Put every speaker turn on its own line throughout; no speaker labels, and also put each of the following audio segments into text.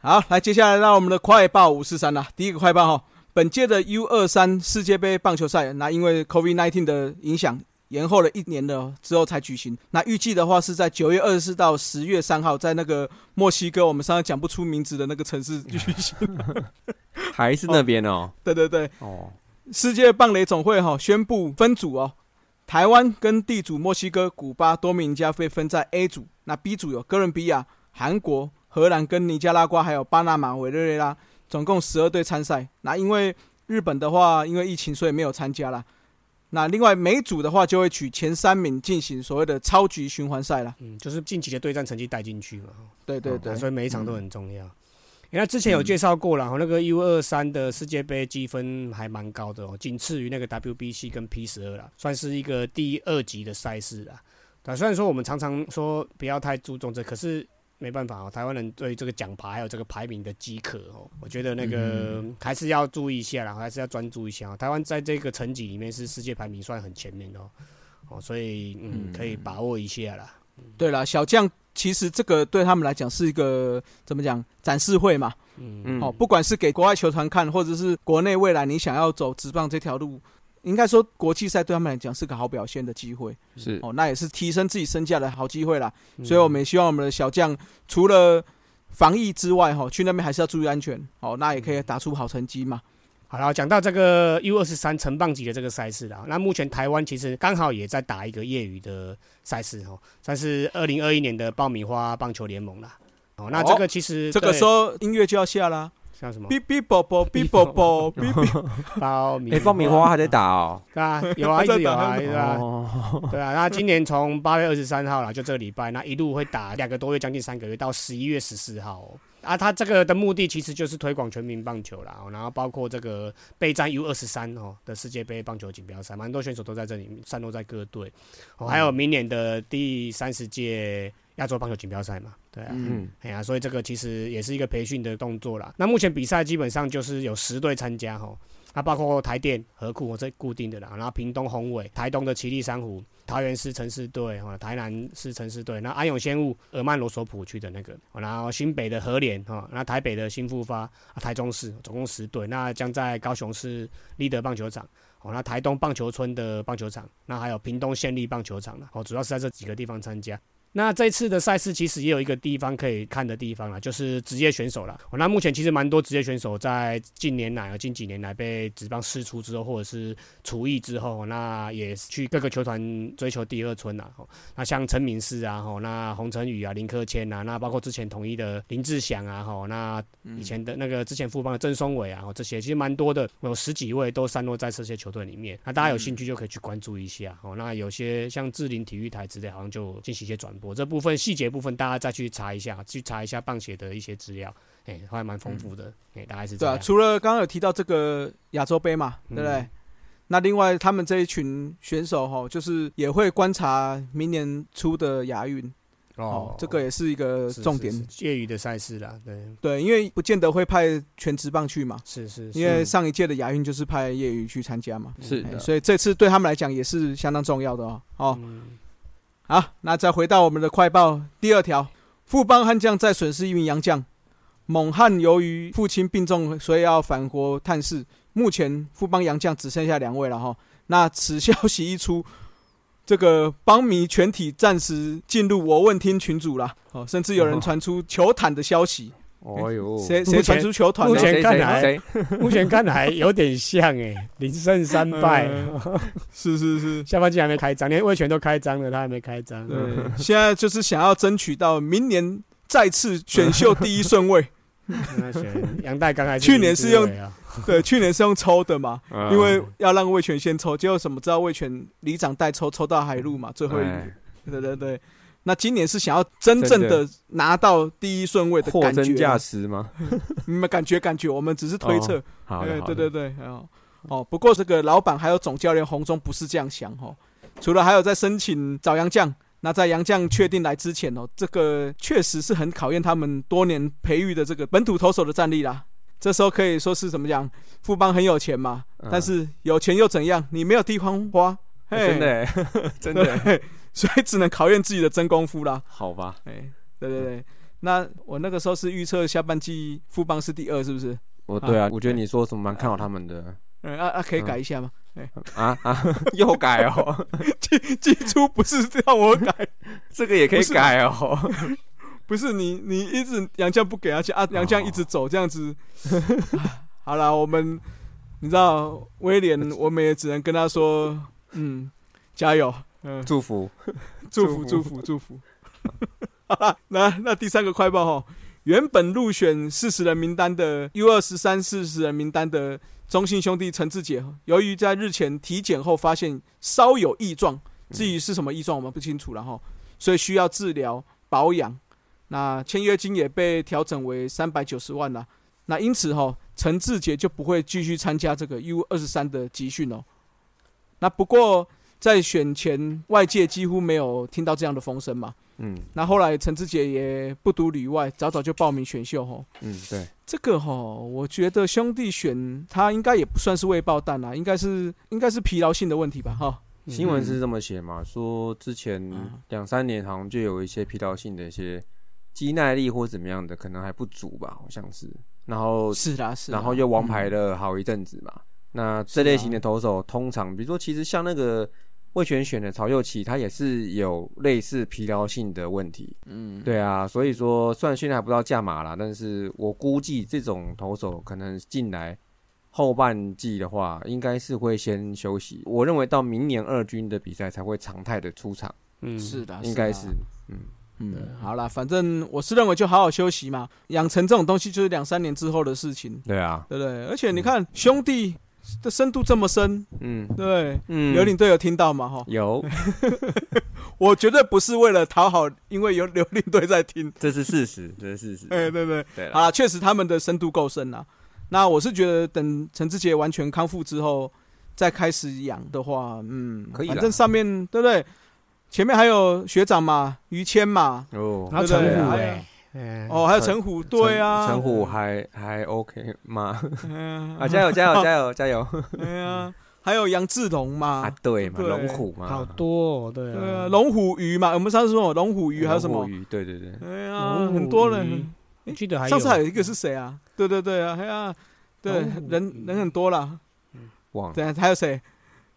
好，来，接下来到我们的快报五四三啦。第一个快报哈，本届的 U 二三世界杯棒球赛，那因为 COVID nineteen 的影响，延后了一年了之后才举行。那预计的话是在九月二十四到十月三号，在那个墨西哥我们上次讲不出名字的那个城市举行。
还是那边哦。
对对对，
哦，
世界棒垒总会哈、宣布分组哦，台湾跟地主墨西哥、古巴、多米尼加被分在 A 组，那 B 组有哥伦比亚、韩国、荷兰跟尼加拉瓜，还有巴拿马、委内瑞拉，总共十二队参赛。那因为日本的话，因为疫情所以没有参加啦。那另外每组的话就会取前三名进行所谓的超级循环赛啦。
嗯，就是近期的对战成绩带进去嘛，哦
对对
嗯
对，
所以每一场都很重要。因为之前有介绍过了，哈，那个 U 二三的世界杯积分还蛮高的哦，仅次于那个 WBC 跟 P 十二啦，算是一个第二级的赛事啦。对，虽然说我们常常说不要太注重这，可是没办法哦，台湾人对于这个奖牌还有这个排名的饥渴哦，我觉得那个嗯还是要注意一下啦，还是要专注一下哦。台湾在这个层级里面是世界排名算很前面的哦，哦，所以嗯，可以把握一下啦。
对了，小将其实这个对他们来讲是一个怎么讲展示会嘛，
嗯
嗯，
哦，不管是给国外球团看，或者是国内未来你想要走职棒这条路，应该说国际赛对他们来讲是个好表现的机会
是
哦，那也是提升自己身价的好机会啦。
嗯
所以我们也希望我们的小将除了防疫之外，哈、哦，去那边还是要注意安全哦，那也可以打出好成绩嘛。
好了，讲到这个 U 二十三城棒级的这个赛事啦，那目前台湾其实刚好也在打一个业余的赛事哦，算是二零二一年的爆米花棒球联盟啦。哦，那这个其
嗯
实、
这个
对
时候音乐就要下啦，
像什么
哔哔啵啵哔啵啵哔哔，
爆米
哎，爆米花还在打哦。
对啊，有啊，一直有啊，对啊，
哦，
对啊。那今年从八月二十三号啦，就这个礼拜，那一路会打两个多月，将近三个月，到十一月十四号、哦。啊，他这个的目的其实就是推广全民棒球啦，哦然后包括这个备战 U 二十三哦的世界杯棒球锦标赛，蛮多选手都在这里散落在各队，哦，还有明年的第三十届亚洲棒球锦标赛嘛，对啊，
嗯，
嗯，
哎呀，所以这个其实也是一个培训的动作啦。那目前比赛基本上就是有十队参加哈，那包括台电、河库这固定的啦，然后屏东宏伟、台东的奇力珊瑚、桃园市城市队哈，台南市城市队，那安永仙雾、尔曼罗索普区的那个，哦然后新北的和联哈，那台北的新复发、啊台中市总共十队，那将在高雄市立德棒球场。哦，那台东棒球村的棒球场，那还有屏东县立棒球场啦，哦，主要是在这几个地方参加。那这次的赛事其实也有一个地方可以看的地方啦，就是职业选手啦。哦，那目前其实蛮多职业选手在近年来、啊近几年来被职棒释出之后，或者是除役之后，那也去各个球团追求第二春啦。哦，那像陈敏世啊，哦，那洪晨宇啊，林克谦啊，那包括之前统一的林志祥啊，哦，那以前的那个之前富邦的郑松伟啊，哦，这些其实蛮多的，有十几位都散落在这些球队里面。那大家有兴趣就可以去关注一下哦。那有些像志林体育台之类，好像就进行一些转播，这部分细节部分大家再去查一下，去查一下棒协的一些资料，哎、还蛮丰富的，哎、大概是这
对啊
样。，
除了刚刚有提到这个亚洲杯嘛，对不对？
嗯
那另外他们这一群选手哈、就是也会观察明年初的亚运哦，这个也是一个
是
重点。
是是业余的赛事啦，对，
对，因为不见得会派全职棒去嘛，
是是嗯是，
因为上一届的亚运就是派业余去参加嘛，
嗯是
哎
的，
所以这次对他们来讲也是相当重要的哦。哦，
嗯
好，那再回到我们的快报第二条，富邦悍将再损失一名洋将，猛汉由于父亲病重，所以要返国探视。目前富邦洋将只剩下两位了哈。那此消息一出，这个邦迷全体暂时进入我问听群组啦，哦，甚至有人传出球坛的消息，
哦呦，
谁谁传出球团
目
呢？
前
谁
看
谁
来
谁
目前看来有点像哎、 零胜三败，
嗯是是是，
下半季还没开张，连魏权都开张了，他还没开张。
对，现在就是想要争取到明年再次选秀第一顺 位。
那选杨代刚还是
去年是用
林志伟啊
对，去年是用抽的嘛，
嗯
因为要让魏权先抽，结果怎么知道魏权里长代抽抽到海陆嘛，最后一名。
哎
对对对，那今年是想要真正的
真
拿到第一顺位的
货
感
真价
觉，
实吗？
你们感觉感觉，我们只是推测。
好
哎
的，好
对
的
对，对，哦哦，不过这个老板还有总教练洪忠不是这样想哦，除了还有在申请找洋将。那在洋将确定来之前哦，这个确实是很考验他们多年培育的这个本土投手的战力啦。这时候可以说是怎么讲，富邦很有钱嘛，
嗯
但是有钱又怎样？你没有地方花，嘿
哎 真的哎真的哎
对，所以只能考验自己的真功夫啦。
好吧？嗯
哎，对对对，那我那个时候是预测下半季富邦是第二，是不是？
我对啊，我觉得你说什么蛮看好他们的
嗯啊啊，可以改一下吗？
啊啊， 又改哦，
季初不是让我改，
这个也可以改哦。
不是你你一直杨绛不给他钱啊，杨绛一直走这样子。 好啦，我们你知道威廉，我们也只能跟他说，嗯，加油，嗯，
祝福
祝福祝
祝
福祝福。 好啦，那那第三个快报哈，原本入选四十人名单的 U 二十三四十人名单的中信兄弟陈志杰，由于在日前体检后发现稍有异状，至于是什么异状我们不清楚了哈，所以需要治疗保养。那签约金也被调整为三百九十万啦。那因此哈，陈志杰就不会继续参加这个 U 二十三的集训哦。那不过在选前，外界几乎没有听到这样的风声嘛。
嗯
那后来陈志杰也不独里外，早早就报名选秀吼。
嗯，对，
这个吼，我觉得兄弟选他应该也不算是未爆弹啊啦，应该是应该是疲劳性的问题吧哈。
嗯
新闻是这么写嘛，说之前
嗯
两三年好像就有一些疲劳性的一些肌耐力或怎么样的，可能还不足吧，好像是。然后
是啦是啦，啊
然后又王牌了好一阵子嘛。那这类型的投手，通常比如说，其实像那个魏全选的曹佑启，他也是有类似疲劳性的问题。嗯，对啊，所以说虽然现在还不知道价码啦，但是我估计这种投手可能进来后半季的话，应该是会先休息。我认为到明年二军的比赛才会常态的出场，
嗯，
啊是啦，
应该
啦
是。
嗯，好啦，反正我是认为就好好休息嘛，养成这种东西就是两三年之后的事情，
对啊，
对不对？而且你看兄弟的深度这么深，
嗯
对不对，
嗯，
刘领队有听到吗？哈，
有，
我绝对不是为了讨好，因为有刘领队在 听。
这是事实，这是事实。
哎、对对
对啊啦
好啦，确实他们的深度够深啦。那我是觉得等陈志杰完全康复之后再开始养的话，嗯，
可以啦
反正上面对不对？前面还有学长嘛，于谦嘛，
哦
然后
对不
陈
对
虎
还有
哎，嗯
哦，还有陈虎，对啊，
陈虎还还 OK 吗？
嗯
啊，加油加油加油加油！
对啊，还有杨志龙
啊
嘛，，
对嘛，
对
龙虎嘛，
好多哦，对
对啊，
啊，
龙虎鱼嘛，我们上次说有龙虎鱼还有什
龙
么
虎？鱼？对 对对，
对
龙
啊，
虎
很多
鱼
人。
我记得还有
上次还有一个是谁啊？对对对啊，哎呀、对，
龙虎
人人很多啦。
忘了
对，还有谁？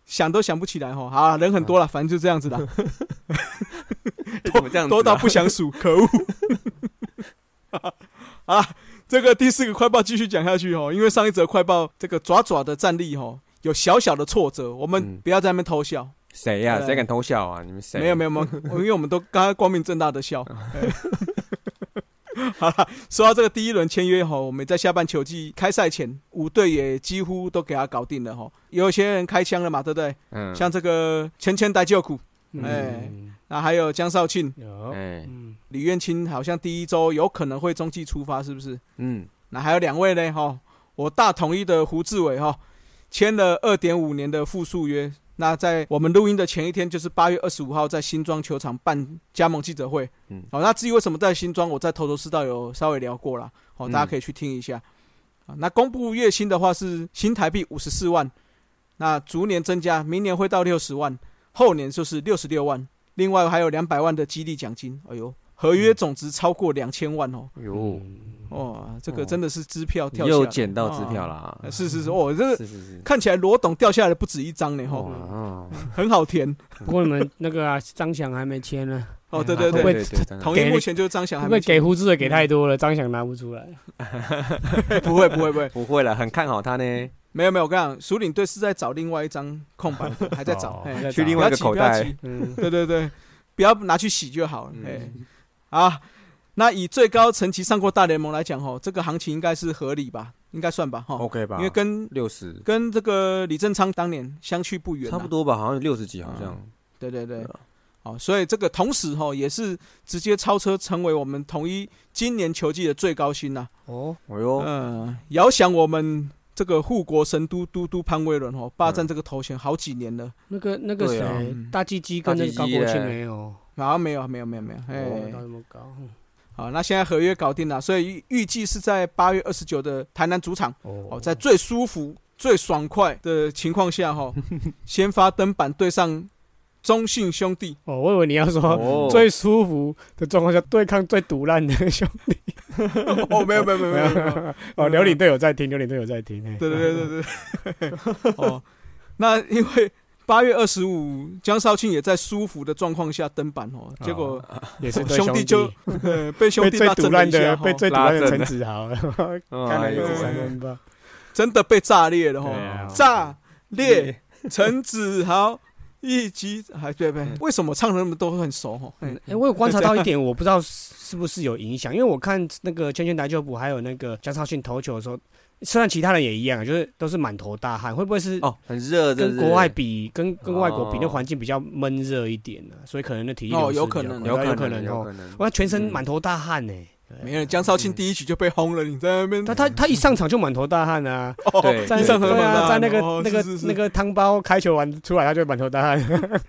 想都想不起来哈。好啊，人很多了，反正就这样子啦，
怎么这样子啊
多到不想数，可恶。 好啦，这个第四个快报继续讲下去哦，因为上一则快报这个爪爪的战力哦有小小的挫折，我们
嗯
不要在那边偷笑。
谁呀？
对
谁敢偷笑啊？你们谁？
没有
有，
没有没有，我因为我们都刚刚光明正大的笑。好了，说到这个第一轮签约哈，我们在下半球季开赛前，五队也几乎都给他搞定了哈。有些人开枪了嘛，对不对？
嗯，
像这个前前代救苦，哎
嗯
那还有江少庆、
有
哎，
嗯
李彦清，好像第一周有可能会中继出发，是不是？
嗯，
那还有两位呢哈，我大统一的胡志伟哈，签了二点五年的复数约。那在我们录音的前一天，就是八月二十五号，在新庄球场办加盟记者会。
嗯
好、那至于为什么在新庄，我在头头是道有稍微聊过啦。好、
嗯
大家可以去听一下。啊，那公布月薪的话是新台币五十四万，那逐年增加，明年会到六十万，后年就是六十六万，另外还有两百万的激励奖金。哎呦，合
嗯
约总值超过两千万哦。
哟，
嗯
哇，这个
哦
真的是支票跳下来
又捡到支票啦！
啊是是是，哦，这个
是是是，
看起来罗董掉下来不止一张呢，吼，
哦，
很好填。
不过你们那个啊，张翔还没签呢，
哦，
嗯
哎
对对
呀会
对，
不会
对对，真的
同
给
意
你
目前就是张翔
会
还
不会
没嗯
给胡子的给太多了，张翔拿不出来。
签不会不会不会，
不会了，很看好他呢。
没有没有，我跟你讲，属领队是在找另外一张空白的，还在找哎嘿
哦，还在
去
找
另
不
外
要
一个
急
口
不要
袋
急，，
嗯，
对对对，不要拿去洗就好了。
嗯
哎，啊，那以最高层级上过大联盟来讲，哦吼，这个行情应该是合理吧？应该算吧，吼，
，OK 吧？
因为跟
六十
跟这个李正昌当年相去不远，啊嗯
差不。多吧，好像六十几，好像
对对对
对啊，
哦，所以这个同时哈、也是直接超车，成为我们统一今年球季的最高薪呐、
哦，
哦
嗯、
哟，
遥想我们这个护国神都都督潘威伦哦，霸占这个头衔好几年了，
那个那个
对啊
谁
嗯，
大鸡鸡跟那个
大
高
鸡鸡嘞
国
哎
庆没有，
好啊像没有没有没有没有，哎、
哦，到那么高，嗯
好，那现在合约搞定了，所以预预计是在八月二十九的台南主场
哦
哦，在最 舒服、最爽快的情况下哈、先发登板对上。中信兄弟。
哦，我以为你要说
哦
最舒服的状况下对抗最毒烂的 兄弟。
哦，没有没有没有没有，没有
哦，刘领队有在听，刘领队有在听。嘿
啊对对对对对。 哦，那因为八月二十五，江少庆也在舒服的状况下登板哦，结果
也是对
兄弟就呃被兄
被
弟
最
拉
毒
震了
烂
一下
的，
哦，
被最毒烂的
拉
陈
正了
子 豪，
嗯
看了
哎
一
呦
支三分吧。
真的被炸裂了哦，
对啊
炸裂。陈子豪一击，还对不对？为什么唱的那么多都很熟哦？
嗯，哎、我有观察到一点，我不知道是不是有影响，因为我看那个圈圈台球补还有那个江少庆投球的时候，虽然其他人也一样，就是都是满头大汗，会不会是
哦，很热，这
跟
是
国外比，跟跟外国比，
哦
那环境比较闷热一点呢、啊所以可能那体力
哦
流失
有
比
可
较
能
快
有
有
可
能
有
哦，
可能。嗯
哇，全身满头大汗呢、
没有，江少庆第一局就被轰了，你在那边
嗯
他他他一上场就满头大汗 啊，
哦
对
在
一上场
对啊，在那个
哦
那个
是是是
那个汤包开球完出来，他就满头 大汗。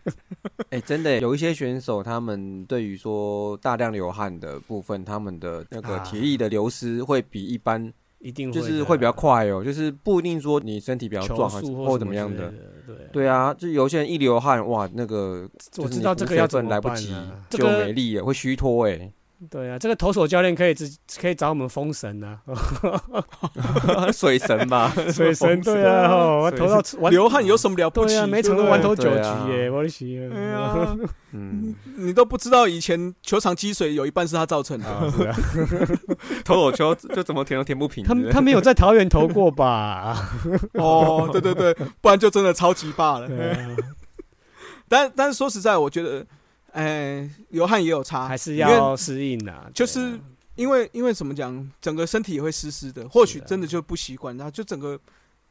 哎、真的耶有一些选手，他们对于说大量流汗的部分，他们的那个
啊
体力的流失会比一般
一定会
就是
的啊
会比较快哦，就是不一定说你身体比较
球
壮还是
速
或
或
怎么
什
样
之
的
类。的，对。
对啊，就有些人一流汗，哇，那个
我
就是
知
你
道
补
这个要
水
怎
分
么
来不
办
及
啊，这
就没
个
力了，会虚脱 哎。
对啊，这个投手教练可以自可以找我们封神啊，
水神吧，
水神对啊，哦我投到完
流汗有什么了不起？
对啊，没成
对
功
不
完
对
投九
对啊
局耶，我的天
哎呀，
嗯，
你都不知道以前球场积水有一半是他造成的。
啊！是啊
投手球就怎么填都填不平
他他没有在桃园投过 吧？
哦，对对对，不然就真的超级霸了。
对啊
但但是说实在，我觉得，呃，流汗也有差，
还是
因为
要适应啊，
就是因为因为怎么讲，整个身体也会湿湿的，或许
是啊
真的就不习惯，然后就整个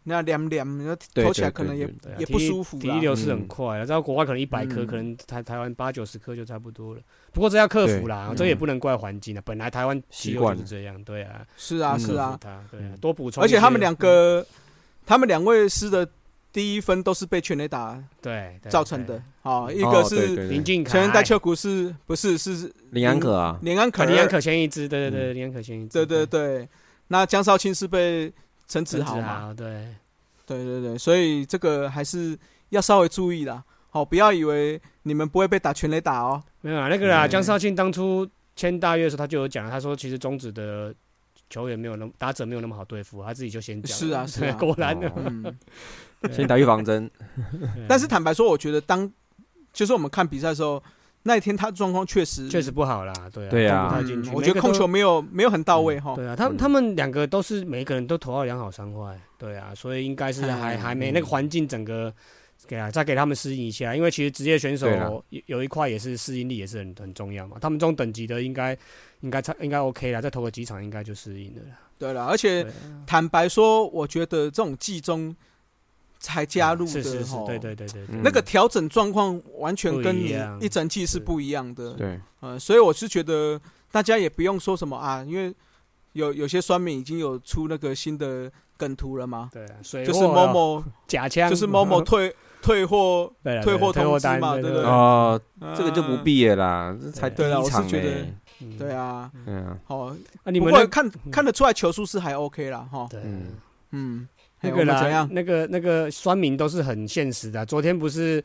那凉凉，然后
对
投起来
对
可能
对
也
对
对啊
也
体
不
力
舒服
体
啦
力流失
嗯
很快啊，在国外可能一百颗，
嗯
可能台台湾八九十颗就差不多了。不过这要克服啦，
对
这也
嗯
不能怪环境啊，本来台湾
习
气候
惯
就是
了
这样，对啊，
是啊
嗯
是
克服
啊，
它，对啊
嗯，
多补充
而
一些。
且他们两个，他们两位失的第一分都是被全垒打
嗯对对
造成
对
的，好，一个
对
是
对
林
对
俊凯
全垒打球股是不是是
林安可啊，
连安可
可林安
儿
可签一支，对对对，林安可签一支，
对对对，那江少庆是被陈子
陈
豪
子
嘛？
豪，对，
对对对，所以这个还是要稍微注意啦。好、不要以为你们不会被打全垒打哦。
没有啊，那个啦，
嗯
江少庆当初签大约的时候，他就有讲了，他说其实中职的球员没有那么打者没有那么好对付，他自己就先讲了，
是啊是啊
果然的，
哦
嗯，
先打预防针，
对啊
但是坦白说，我觉得当就是我们看比赛的时候，那一天他状况确实
确实不好啦，对啊，
对啊
啊，不太进
嗯
去，
我觉得控球没有没有很到位哈、嗯
对啊，他们他们两个都是每个人都投到两好三坏，对啊，所以应该是还
嗯
还没那个环境整个给啊，再给他们适应一下，因为其实职业选手
对啊
有有一块也是适应力也是很很重要嘛，他们这种等级的应该应该差应该 OK 啦，再投个几场应该就适应了啦。
对了，而且
对啊
坦白说，我觉得这种季中才加入的哈、
是是是，对对对对对
嗯
那个调整状况完全跟
不一
你
样
一整季是不一样的。
对，
呃，所以我是觉得大家也不用说什么啊，因为有有些酸民已经有出那个新的梗图了嘛，
对啊，水
就是
货
某
啊
某
假枪，
就是某
啊
某退退货，
对啊对啊
退
退
货通知
单
嘛对
对
不对
哦，
啊
呃
这个就不必了啦，这才第
对啦
一
我是
场
觉得
哎，
嗯
对啊，
对啊，
哦，
啊，你
不
们
过
那
看看得出来球速是还 OK 啦，哈，
对啊
嗯
嗯，
那
嘿
个
我们怎
啦
样，？
那个那个酸民都是很现实的啊、昨天不是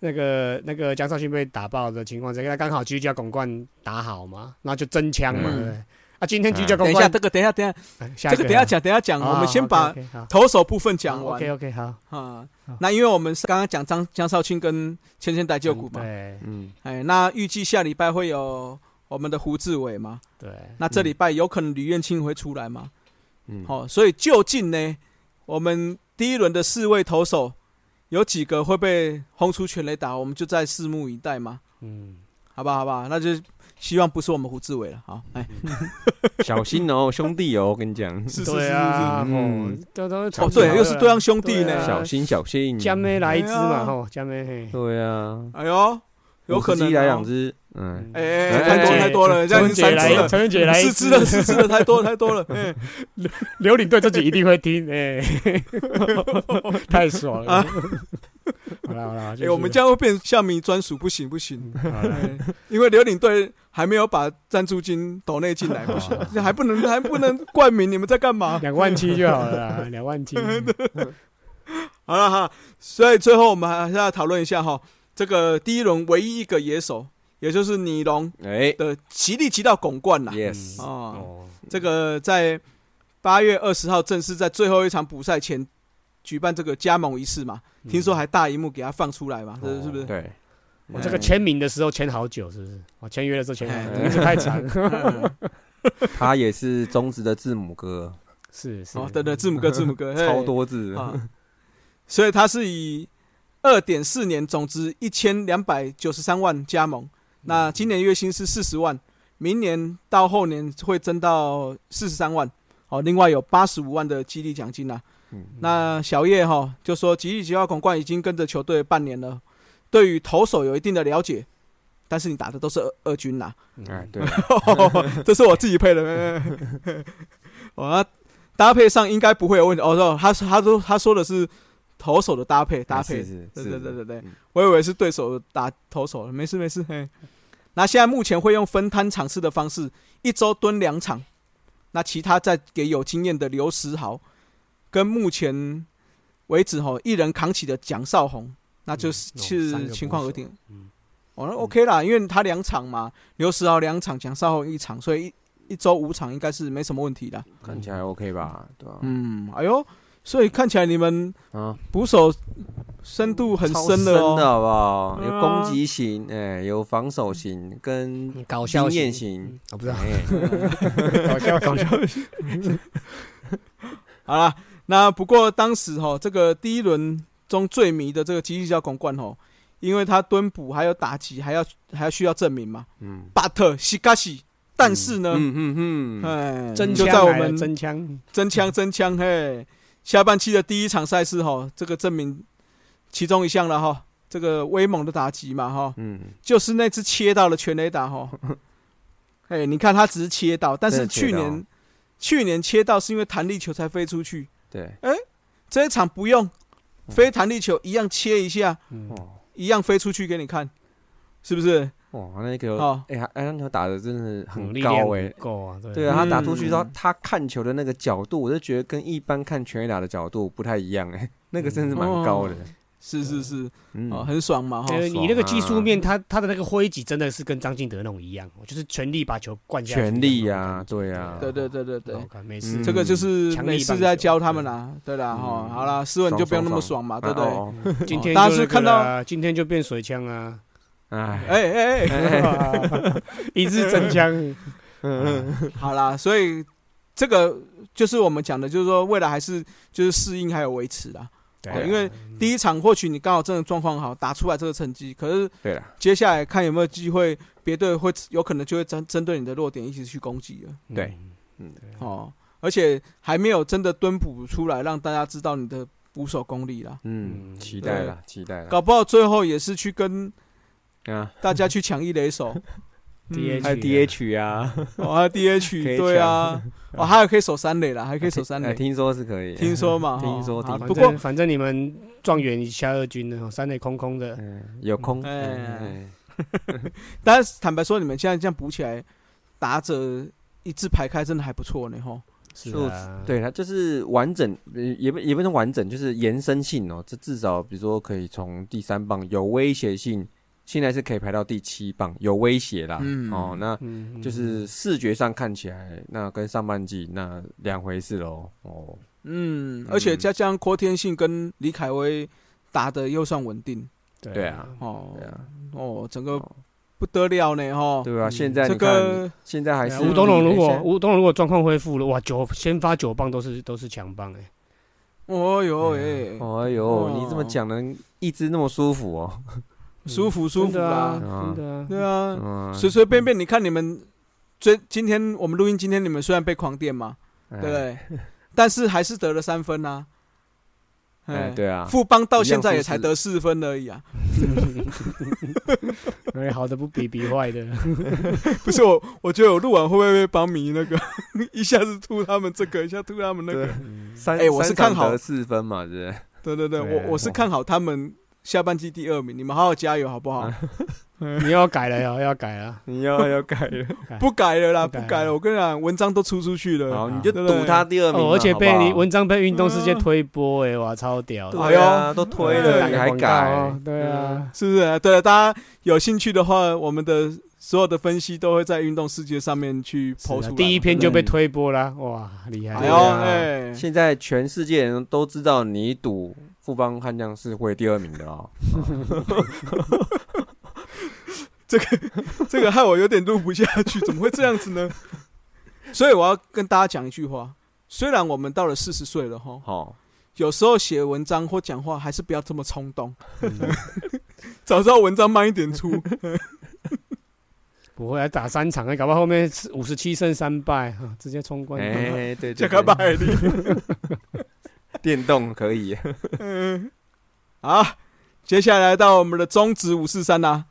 那个那个江少勋被打爆的情况之下，刚好居家拱冠打好嘛，那就真枪嘛，
嗯
对不对？啊，今天居家
等
拱
一下，
冠，
这个等一下，等一下，
下
这个等一下讲，等一下讲，
啊
我们先把
OK，OK，好
投手部分讲完
OK OK 好，
啊
好。
那因为我们是刚刚讲张江少庆跟千千代救股嘛，
对
嗯，
哎，那预计下礼拜会有我们的胡志伟嘛，
对，
那这礼拜有可能吕彦青会出来嘛？
嗯，
好、所以究竟呢，我们第一轮的四位投手有几个会被轰出全垒打，我们就再拭目以待嘛，
嗯，
好吧，好吧，那就希望不是我们胡志伟了，好，哎，
小心哦，兄弟哦，我跟 你讲，
是是是
对
是
啊，
是，
是
哦
嗯，
这都
哦
长期
对，
好
又是
了
对方兄弟
对啊
呢，
小心小
嗯
心，
加妹来一支
哎
嘛，
呀
吼，加妹嘿。
对啊，
哎呦，有可能、哦啊
50来两，只，嗯，
哎、
嗯
哎太多太多了，这
陈
样
文
是
杰
三只
来，
了。
陈文杰来一
四
支
只了，四只了，太多了，太多了。哎
刘领队自己一定会听， 哎、太爽了。好了好了，
哎，我们这样会变校迷专属，不行不行，
样好了，
哎因为刘领队还没有把赞助金抖内进来，不行，这还不能还不能冠名，你们在干嘛？
两万七就好了啦，两万七。
好了哈，所以最后我们还是要讨论一下哈，这个第一轮唯一一个野手，也就是尼龙
哎
的奇力奇到拱冠啦。
，yes，
嗯
哦，
哦，
这个在八月二十号正式在最后一场补赛前举办这个加盟仪式嘛，
嗯
听说还大荧幕给他放出来嘛，这
哦
是不是？
对，嗯
我这个签名的时候签好久，是不是？我签约的时候签好久，
哎
名字太 长了。
他也是中职的字母哥，
是是
哦，，等等，字母哥，字母哥，嘿
超多字，
啊，所以他是以二点四年总值一千两百九十三万加盟，嗯那今年月薪是四十万，明年到后年会增到四十三万。哦，另外有八十五万的激励奖金啦、
嗯
那小叶哈、就说，吉利吉奥广冠已经跟着球队半年了，对于投手有一定的了解，但是你打的都是二二军啦、
嗯
哎，对，
这是我自己配的。 哦，那搭配上应该不会有问题。哦，说他说他说他说的是投手的搭配搭配，
是是
对
是，
对对对对
嗯，
我以为是对手打投手，没事没事。嘿，那现在目前会用分摊场次的方式，一周蹲两场，那其他再给有经验的刘石豪，跟目前为止吼一人扛起的蒋少红，那就是
嗯哦三
是
个
情况
捕
而
手
定。
嗯
哦，那 OK 啦，因为他两场嘛，刘石豪两场，蒋少红一场，所以一一周五场应该是没什么问题的。
看起来 OK 吧？对吧？
嗯，哎呦，所以看起来你们
啊，
捕手深度很
超
深
深
的哦。
好不好？
对啊
有攻击型，哎，有防守型，跟
嗯搞笑
经验型，
我不知道，
哎，
搞笑搞笑，
好啦，那不过当时哈，这个第一轮中最迷的这个吉利教广冠吼，因为他蹲捕还有打击，还要还要需要证明嘛。
嗯
But 西嘎西，但是呢，
嗯嗯嗯，
哎，
真
就
枪
在我
来了
们
真枪，
真枪真枪嘿！下半期的第一场赛事哈，这个证明其中一项了哈，这个威猛的打击嘛哈，
嗯，
就是那只切到了全垒打哈。哎，你看他只是切到，但是
真的切
去
到
年去年切到是因为弹力球才飞出去，
对，
这一场不用
嗯
飞弹力球一样切一下，
嗯，
哦
一样飞出去给你看，是不是？
哇，那个，
哦，
哎，他哎，那球打的真的很
嗯力量
高
不
哎。
够啊，对
对啊，他打出去之后
嗯，
他看球的那个角度，我就觉得跟一般看全垒打的角度不太一样哎，那个真的是蛮高的，
是是是，
嗯，
嗯哦，很爽嘛哈
呃，。
爽
你那个技术
啊
面，他他的那个挥击真的是跟张敬德那种一样，哦就是全力把球灌下去的
全
那种感觉。
力啊，对啊，嗯
对对对对对
很好。看，没事。
这个就是
强力
美式
棒
在
球
教他们啦，对啦，哈、
嗯
好啦，斯文你就不用那么爽嘛，对不对？
哦哦
嗯今天
大家
就是那个
看到
啦今天就变水枪啊，
哎，
哎哎哎，
一日 真枪。
嗯
嗯
好啦，所以这个就是我们讲的，就是说未来还是就是适应还有维持啦。
对
哦
啊，
因为第一场或许你刚好真的状况好，打出来这个成绩，可是
对了，
接下来看有没有机会，别队会有可能就会针针对你的弱点一起去攻击了。
嗯
对，
哦，而且还没有真的蹲捕出来，让大家知道你的捕手功力啦。
嗯，
嗯
期待了，期待了
搞不好最后也是去跟
啊，
大家去抢一垒手
DH
还有 DH 啊，
哦，还有 DH，对啊，哦，还有可以守三垒啦，还可以守三
哎
垒，
听说是可以，
听说嘛，
听说
哦好
听
反
不
正
过
反正你们状元一下二军的，哦三垒空空的，
嗯，有空，
哎
哎，
但是坦白说，你们现在这样补起来，打者一字排开真的还不错呢，吼。
是
就
啊，
对，它就是完整，呃也不也不能完整，就是延伸性哦，这至少比如说可以从第三棒有威胁性，现在是可以排到第七棒，有威胁啦，
嗯
哦，那
嗯，嗯
就是视觉上看起来，那跟上半季那两回事喽，哦，
嗯，而且
嗯
加上郭天信跟李凯威打的又算稳定
对啊，
哦
对啊，
哦，整个不得了呢，吼。
对啊，
嗯
现在
哦这
你看
个
现在还
对
是
啊吴东龙如
哎
果
现在
吴东龙如果状况恢复了，哇，九先发九棒都是都是强棒哎，
哦哟
嗯
哎，
哦哎呦，你这么讲能一直那么舒服哦。
嗯舒服舒服
真的啊
啦，
啊
真的 啊，
对啊，
嗯，
随随便便，你看你们最今天我们录音，今天你们虽然被狂电嘛，
哎
对不，对？但是还是得了三分呐、啊。
哎，
哎，
对啊，
富邦到现
一
在
样
也
负四
才得四分而已啊！
因为好的不比比坏的，
不是我，我觉得我录完会不会被邦迷那个 一下子吐他们这个，一下吐他们那个？
对三
哎我是
三场
看好
得四分嘛，是不是？
对对对，
对
我我是看好他们下半季第二名，你们好好加油好不好？
你又要改了哟，又要改了。
你要要改了，
不改了啦，
不
不
改
改
了
了。我跟你讲，文章都出出去了。
好，你就赌他第二名嘛，
哦，而且被
好不好
你文章被运动世界推播，哎，哇，超屌的！
对啊，都推了，
打
你
个
还
广告
改
哦？？对啊，
是不是？对了，大家有兴趣的话，我们的所有的分析都会在运动世界上面去
是啊
抛出来嘛。
第一篇就被
嗯
推播啦，哇，厉害！
哎
对
呦，
啊
哎，
现在全世界人都知道你赌富邦悍将是会第二名的哦。
这个害我有点录不下 去，怎么会这样子呢？所以我要跟大家讲一句话：虽然我们到了四十岁了哈，
好，
有时候写文章或讲话还是不要这么冲动，
嗯
早知道文章慢一点 出。
不会啊，打三场，哎，搞不好后面五十七胜三败，哈直接冲冠军。
哎，对，
这
对
个
对
百利
电动 可以，
啊！接下来到我们的中指五四三啦。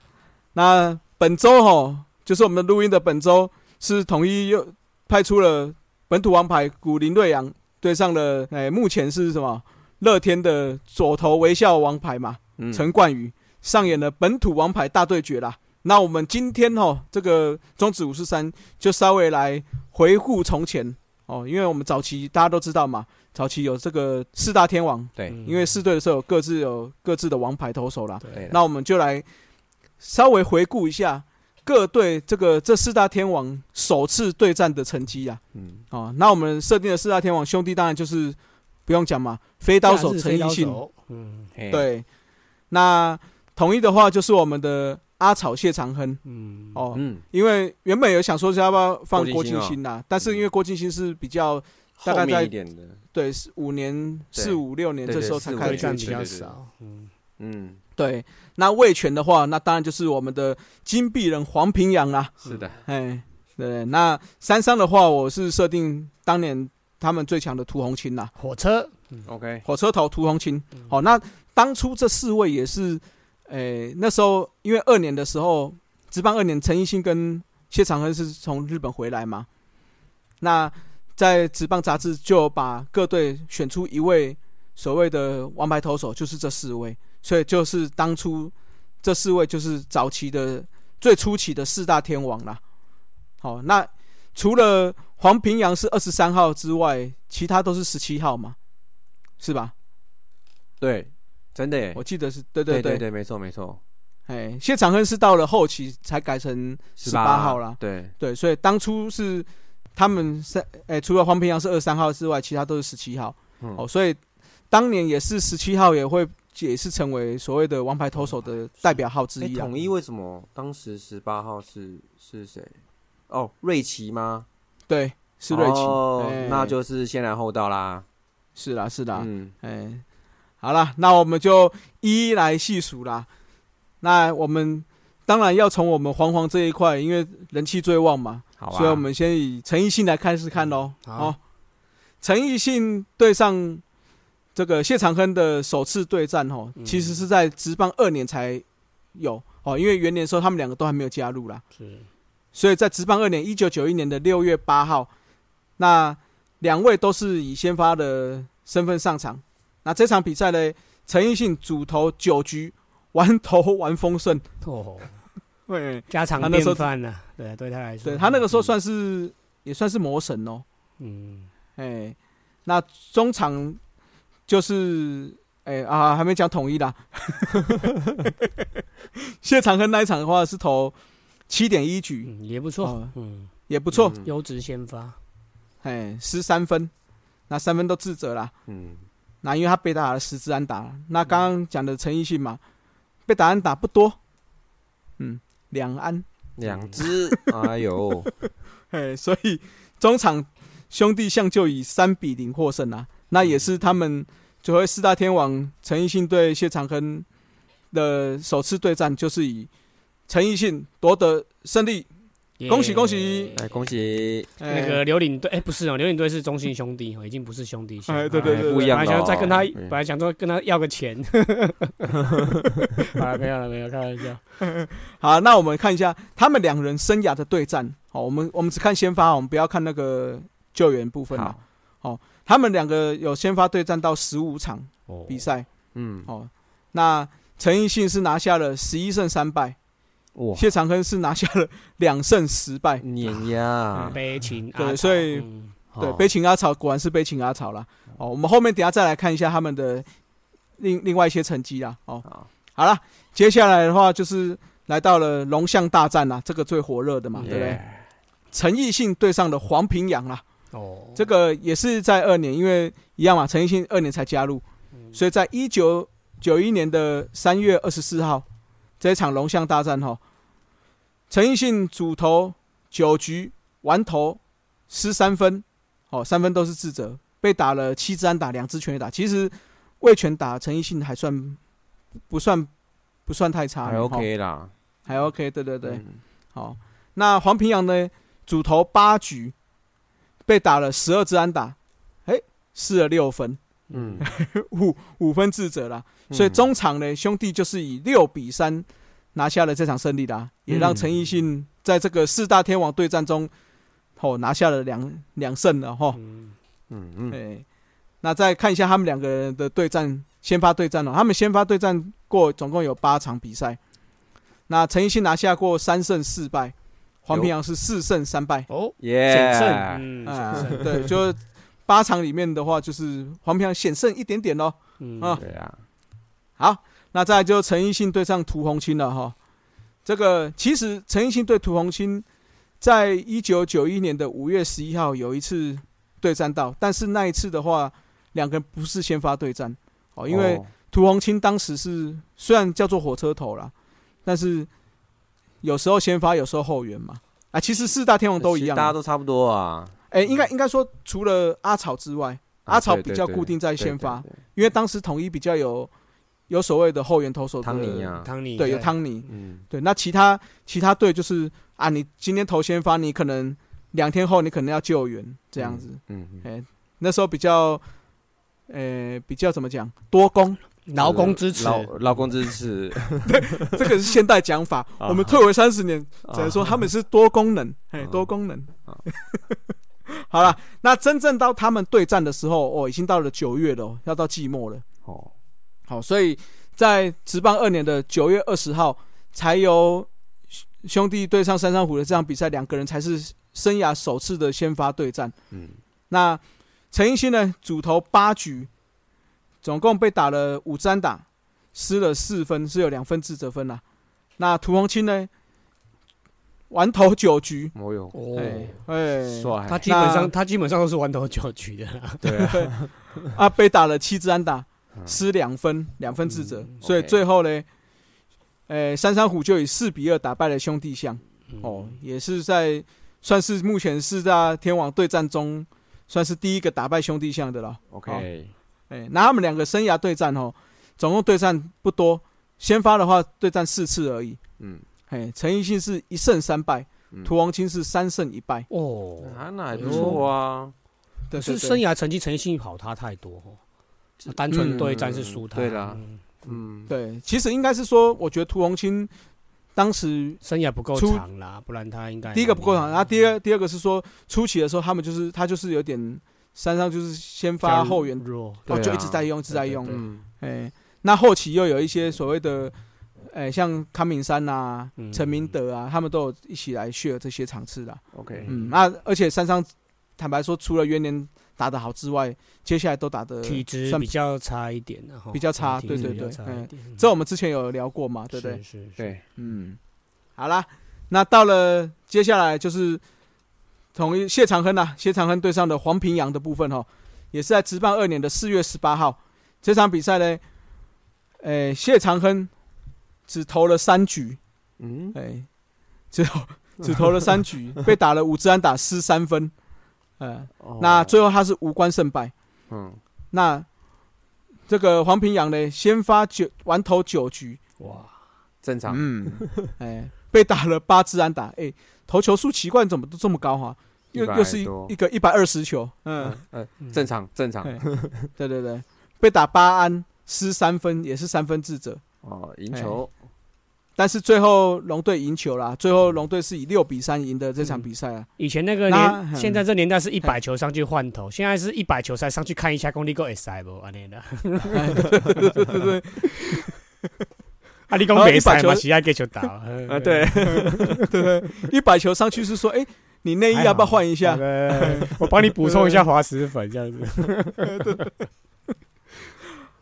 那本周哈，就是我们的录音的本周是统一又派出了本土王牌古林瑞阳对上了，哎、目前是什么乐天的左投微笑王牌嘛，
嗯，
陈冠宇上演了本土王牌大对决啦。那我们今天哦，这个中指五四三就稍微来回顾从前哦，因为我们早期大家都知道嘛，早期有这个四大天王，
对
嗯啊
因为四啊队的时候有各自有各自的王牌投手啦。
对啊了，
那我们就来稍微回顾一下各队这个这四大天王首次对战的成绩啊。
嗯，
哦，那我们设定的四大天王兄弟当然就是不用讲嘛，飞刀手陈奕迅，，
嗯
嘿，
对，那统一的话就是我们的阿草谢长亨
嗯，
哦，
嗯，
因为原本有想说是要不要放
郭
郭
敬
敬
欣哦
欣呐，但是因为郭敬欣是比较大概
后面
在
一点的，
对是五年
对
四五六年
对
这
对
时候
四
才
五
开
对
始
年
战比较
对对对
少，嗯，
嗯，
对，那魏权的话，那当然就是我们的金币人黄平阳啦、
是的，
哎，对，那三商的话，我是设定当年他们最强的涂红青啦，
火车，
，OK，
火车头涂红青。好、那当初这四位也是，哎，那时候因为二年的时候，值班二年，陈奕迅跟谢长亨是从日本回来嘛，那在职棒杂志就把各队选出一位所谓的王牌投手，就是这四位，所以就是当初这四位就是早期的最初期的四大天王啦。好，那除了黄平阳是二十三号之外，其他都是十七号嘛，是吧？
对，真的耶
我，记得是对
对
对对，
对，没错没错，
哎，谢长亨是到了后期才改成
18
18号啦
对，
对，所以当初是他们三，哎，除了黄平阳是二三号之外，其他都是十七号。
嗯
哦，所以当年也是十七号也会也是成为所谓的王牌投手的代表号之
哎，
一啊。
统一为什么当时十八号是是谁？哦，瑞奇吗？
对，是瑞奇，
哦
哎
那就是先来后到啦。
是啦是啦，
嗯，
哎，好啦，那我们就一一来细数啦。那我们当然要从我们黄黄这一块，因为人气最旺嘛，
好啊。
所以我们先以陈奕迅来开始看哦喽。
嗯好
好，陈奕迅对上这个谢长亨的首次对战哦，
嗯
其实是在职棒二年才有哦，因为元年的时候他们两个都还没有加入啦，
是
所以在职棒二年一九九一年的六月八号，那两位都是以先发的身份上场。那这场比赛呢，陈奕迅主投九局，完投完封胜。
哦，
对，
家常
他那
便
时候
饭呢，对，对他来说，
对他那个时候算是也算是魔神哦。
嗯，
哎、那中场就是哎、啊，还没讲统一啦。 谢长亨那一场的话是投七点一局，
嗯，也不
哦
错，嗯，
也不
不
错，
优质先发，
哎、十三分，那三分都自责啦。
嗯，
那因为他被打了十支安打，那刚刚讲的陈奕迅嘛，被打安打不多，嗯，两安，
两只，哎 呦，
哎、所以中场兄弟象就以三比零获胜啊。那也是他们九位四大天王陈奕迅对谢长亨的首次对战，就是以陈奕迅夺得胜利。恭喜恭喜
来恭喜！
哎
那个刘领队，哎，不是哦，刘领队是中信兄弟哦，已经不是兄弟兄，
哎对对
哎
对
不一样
本
的
来
哦
想要再跟他，
嗯
本来想说跟他要个钱， 好了，没有了，没有，开玩笑。
好，那我们看一下他们两人生涯的对战。好，我们我们只看先发，我们不要看那个救援部分啊
好。，
他们两个有先发对战到十五场
哦
比赛。
嗯，
哦，那陈奕迅是拿下了十一胜三败，
哇，
谢长亨是拿下了两胜十败。
碾压啊，
嗯悲情阿
嗯对
草
所以
嗯
对，
哦
悲情阿草果然是悲情阿草啦。哦，我们后面等一下再来看一下他们的另另外一些成绩啦。哦，
好
好了，接下来的话就是来到了龙象大战啦，这个最火热的嘛，对不对？
耶
陈奕迅对上了黄平阳啦，
哦，
这个也是在二年，因为一样嘛，陈奕迅二年才加入，
嗯
所以在一九九一年的三月二十四号这一场龙象大战哈，陈奕迅主投九局完投失三分，哦，三分都是自责，被打了七支安打，两支全垒打，其实魏全打陈奕迅还算不算不算太差，
还
哦
OK 啦，
还 OK，对对对，
嗯
好，那黄平阳呢，主投八局，被打了十二支安打，哎、失了六分，
嗯，
五五分自责啦。所以
嗯
中场呢，兄弟就是以六比三拿下了这场胜利啦，也让
嗯
陈奕迅在这个四大天王对战中，哦拿下了两两胜了哈。
嗯
嗯
哎、
嗯，
那再看一下他们两个人的对战，先发对战了、哦他们先发对战过总共有八场比赛，那陈奕迅拿下过三胜四败，黄平阳是四胜三败。
哦，
耶
险，胜，嗯，
啊
险，胜，
对，就是八场里面的话，就是黄平阳险胜一点点咯。
嗯
啊
对啊，
好，那再来就是陈奕迅对上涂红青了哈。这个其实陈奕迅对涂红青，在一九九一年的五月十一号有一次对战到，但是那一次的话，两个人不是先发对战哦，因为
哦
涂红青当时是虽然叫做火车头啦，但是有时候先发，有时候后援嘛。啊，其实四大天王都一样啊，
大家都差不多啊，
哎、应该应该说，除了阿草之外，
啊
阿草
对对
比较
对
固定在
对
先发，
对对对
因为当时统一比较有有所谓的后援投手的
汤尼，啊，
汤尼
对，有，汤尼，
嗯，
对，那其他其他队就是啊，你今天投先发，你可能两天后你可能要救援这样子，
嗯，嗯，
哎那时候比较，呃，比较怎么讲，多 攻，
劳工支持，
劳劳工支持，
这个是现代讲法，
啊
我们退回三十年 只能说他们是多功能，哎，
啊
多功能
啊。
好了，那真正到他们对战的时候，哦，已经到了九月了哦，要到季末了。
哦，
好，所以在职棒二年的九月二十号，才由兄兄弟对上三山虎的这场比赛，两个人才是生涯首次的先发对战。
嗯，
那陈奕迅呢，主投八局，总共被打了五支安打，失了四分，是有两分自责分啦。那涂红青呢，完投九局，
我有
哦
哎，哎，
帅，
他基本
那
上他基本上都是玩投九局的啦，
对啊，
啊，被打了七支安打，
嗯
失两分，两分自责，
嗯
所以
OK
最后呢，呃，三山虎就以四比二打败了兄弟象。
嗯
哦，
嗯
也是在算是目前四大天王对战中，算是第一个打败兄弟象的了。
，OK，
哎，那他们两个生涯对战哦，总共对战不多，先发的话对战四次而已。
嗯，
哎，陈奕迅是一胜三败，
嗯
涂王清是三胜一败。
哦，
啊，那还不错啊，
对，
是
对对
生涯成绩诚信跑他太多哦，单纯对战是输
嗯
他，
对啦
嗯，
嗯，
对，其实应该是说，我觉得涂红青当时
生涯不够
出
长啦，不然他应该
第一个不够长，然后第二第二个是说初期的时候，他们就是他就是有点山上就是先
比较
发后援，
弱，
哦
对
就
啊
一直在用一直在用，
嗯，
哎，那后期又有一些所谓的，哎像康敏山呐、
嗯
陈明德啊，他们都有一起来 share 这些场次啦。
，OK，
嗯，那而且山上坦白说，除了元年打得好之外，接下来都打得
体质
呃算
比较差一点啊，然后
比较差对对对嗯这我们之前有聊过嘛，对不对？
是是
对，
嗯，好啦，那到了接下来就是统一谢长亨啦、谢长亨对上的黄平阳的部分哦，也是在职棒二年的四月十八号这场比赛呢，诶、谢长亨只投了三局，
嗯，
诶、只投只投了三局，被打了五支安打，失三分，呃，
哦
那最后他是无关胜败，
嗯，
那。这个黄平阳呢，先发九完投九局，
哇，
正常，
嗯，哎，被打了八支安打，哎，投球数奇怪怎么都这么高哈、又
100
又是一
多
一个一百二十球，嗯，
嗯嗯，正常正常
哎， 对对对，被打八安失三分也是三分自责，
哦，赢球，
但是最后龙队赢球啦，最后龙队是以六比三赢得这场比赛啊，
以前那个
那嗯哎
年，现在这年代是一百球上去换头，现在是一百球才上
哎
去看一下功力够 S I 不？安尼的，
哎对对对对对，
啊，你讲
然后
没
一把
赛
球
嘛，喜爱给球 打哎
啊，对，
一百球上去是说，哎、你内衣
还
要不要
好
换一
好
下？
的我帮你补充一下滑石粉这样 子。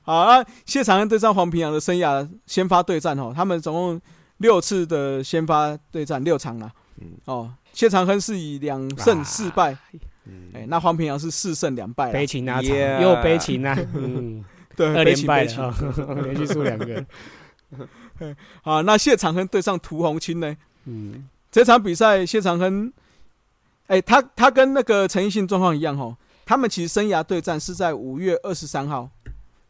好啊，谢长恩对战黄平洋的生涯先发对战哦，他们总共六次的先发对战，六场啦。
嗯
哦，谢长亨是以两胜四败，
嗯
哎、那黄平洋是四胜两败啦。
悲情啊，
Yeah
又悲 情啊，嗯，
对，哎
二
悲
连
情
败
悲情
了，哦 连续输 两个，
啊，那谢长亨对上涂红清呢？
嗯，
这场比赛谢长亨，哎、他他跟那个陈奕迅状况一样哦，他们其实生涯对战是在五月二十三号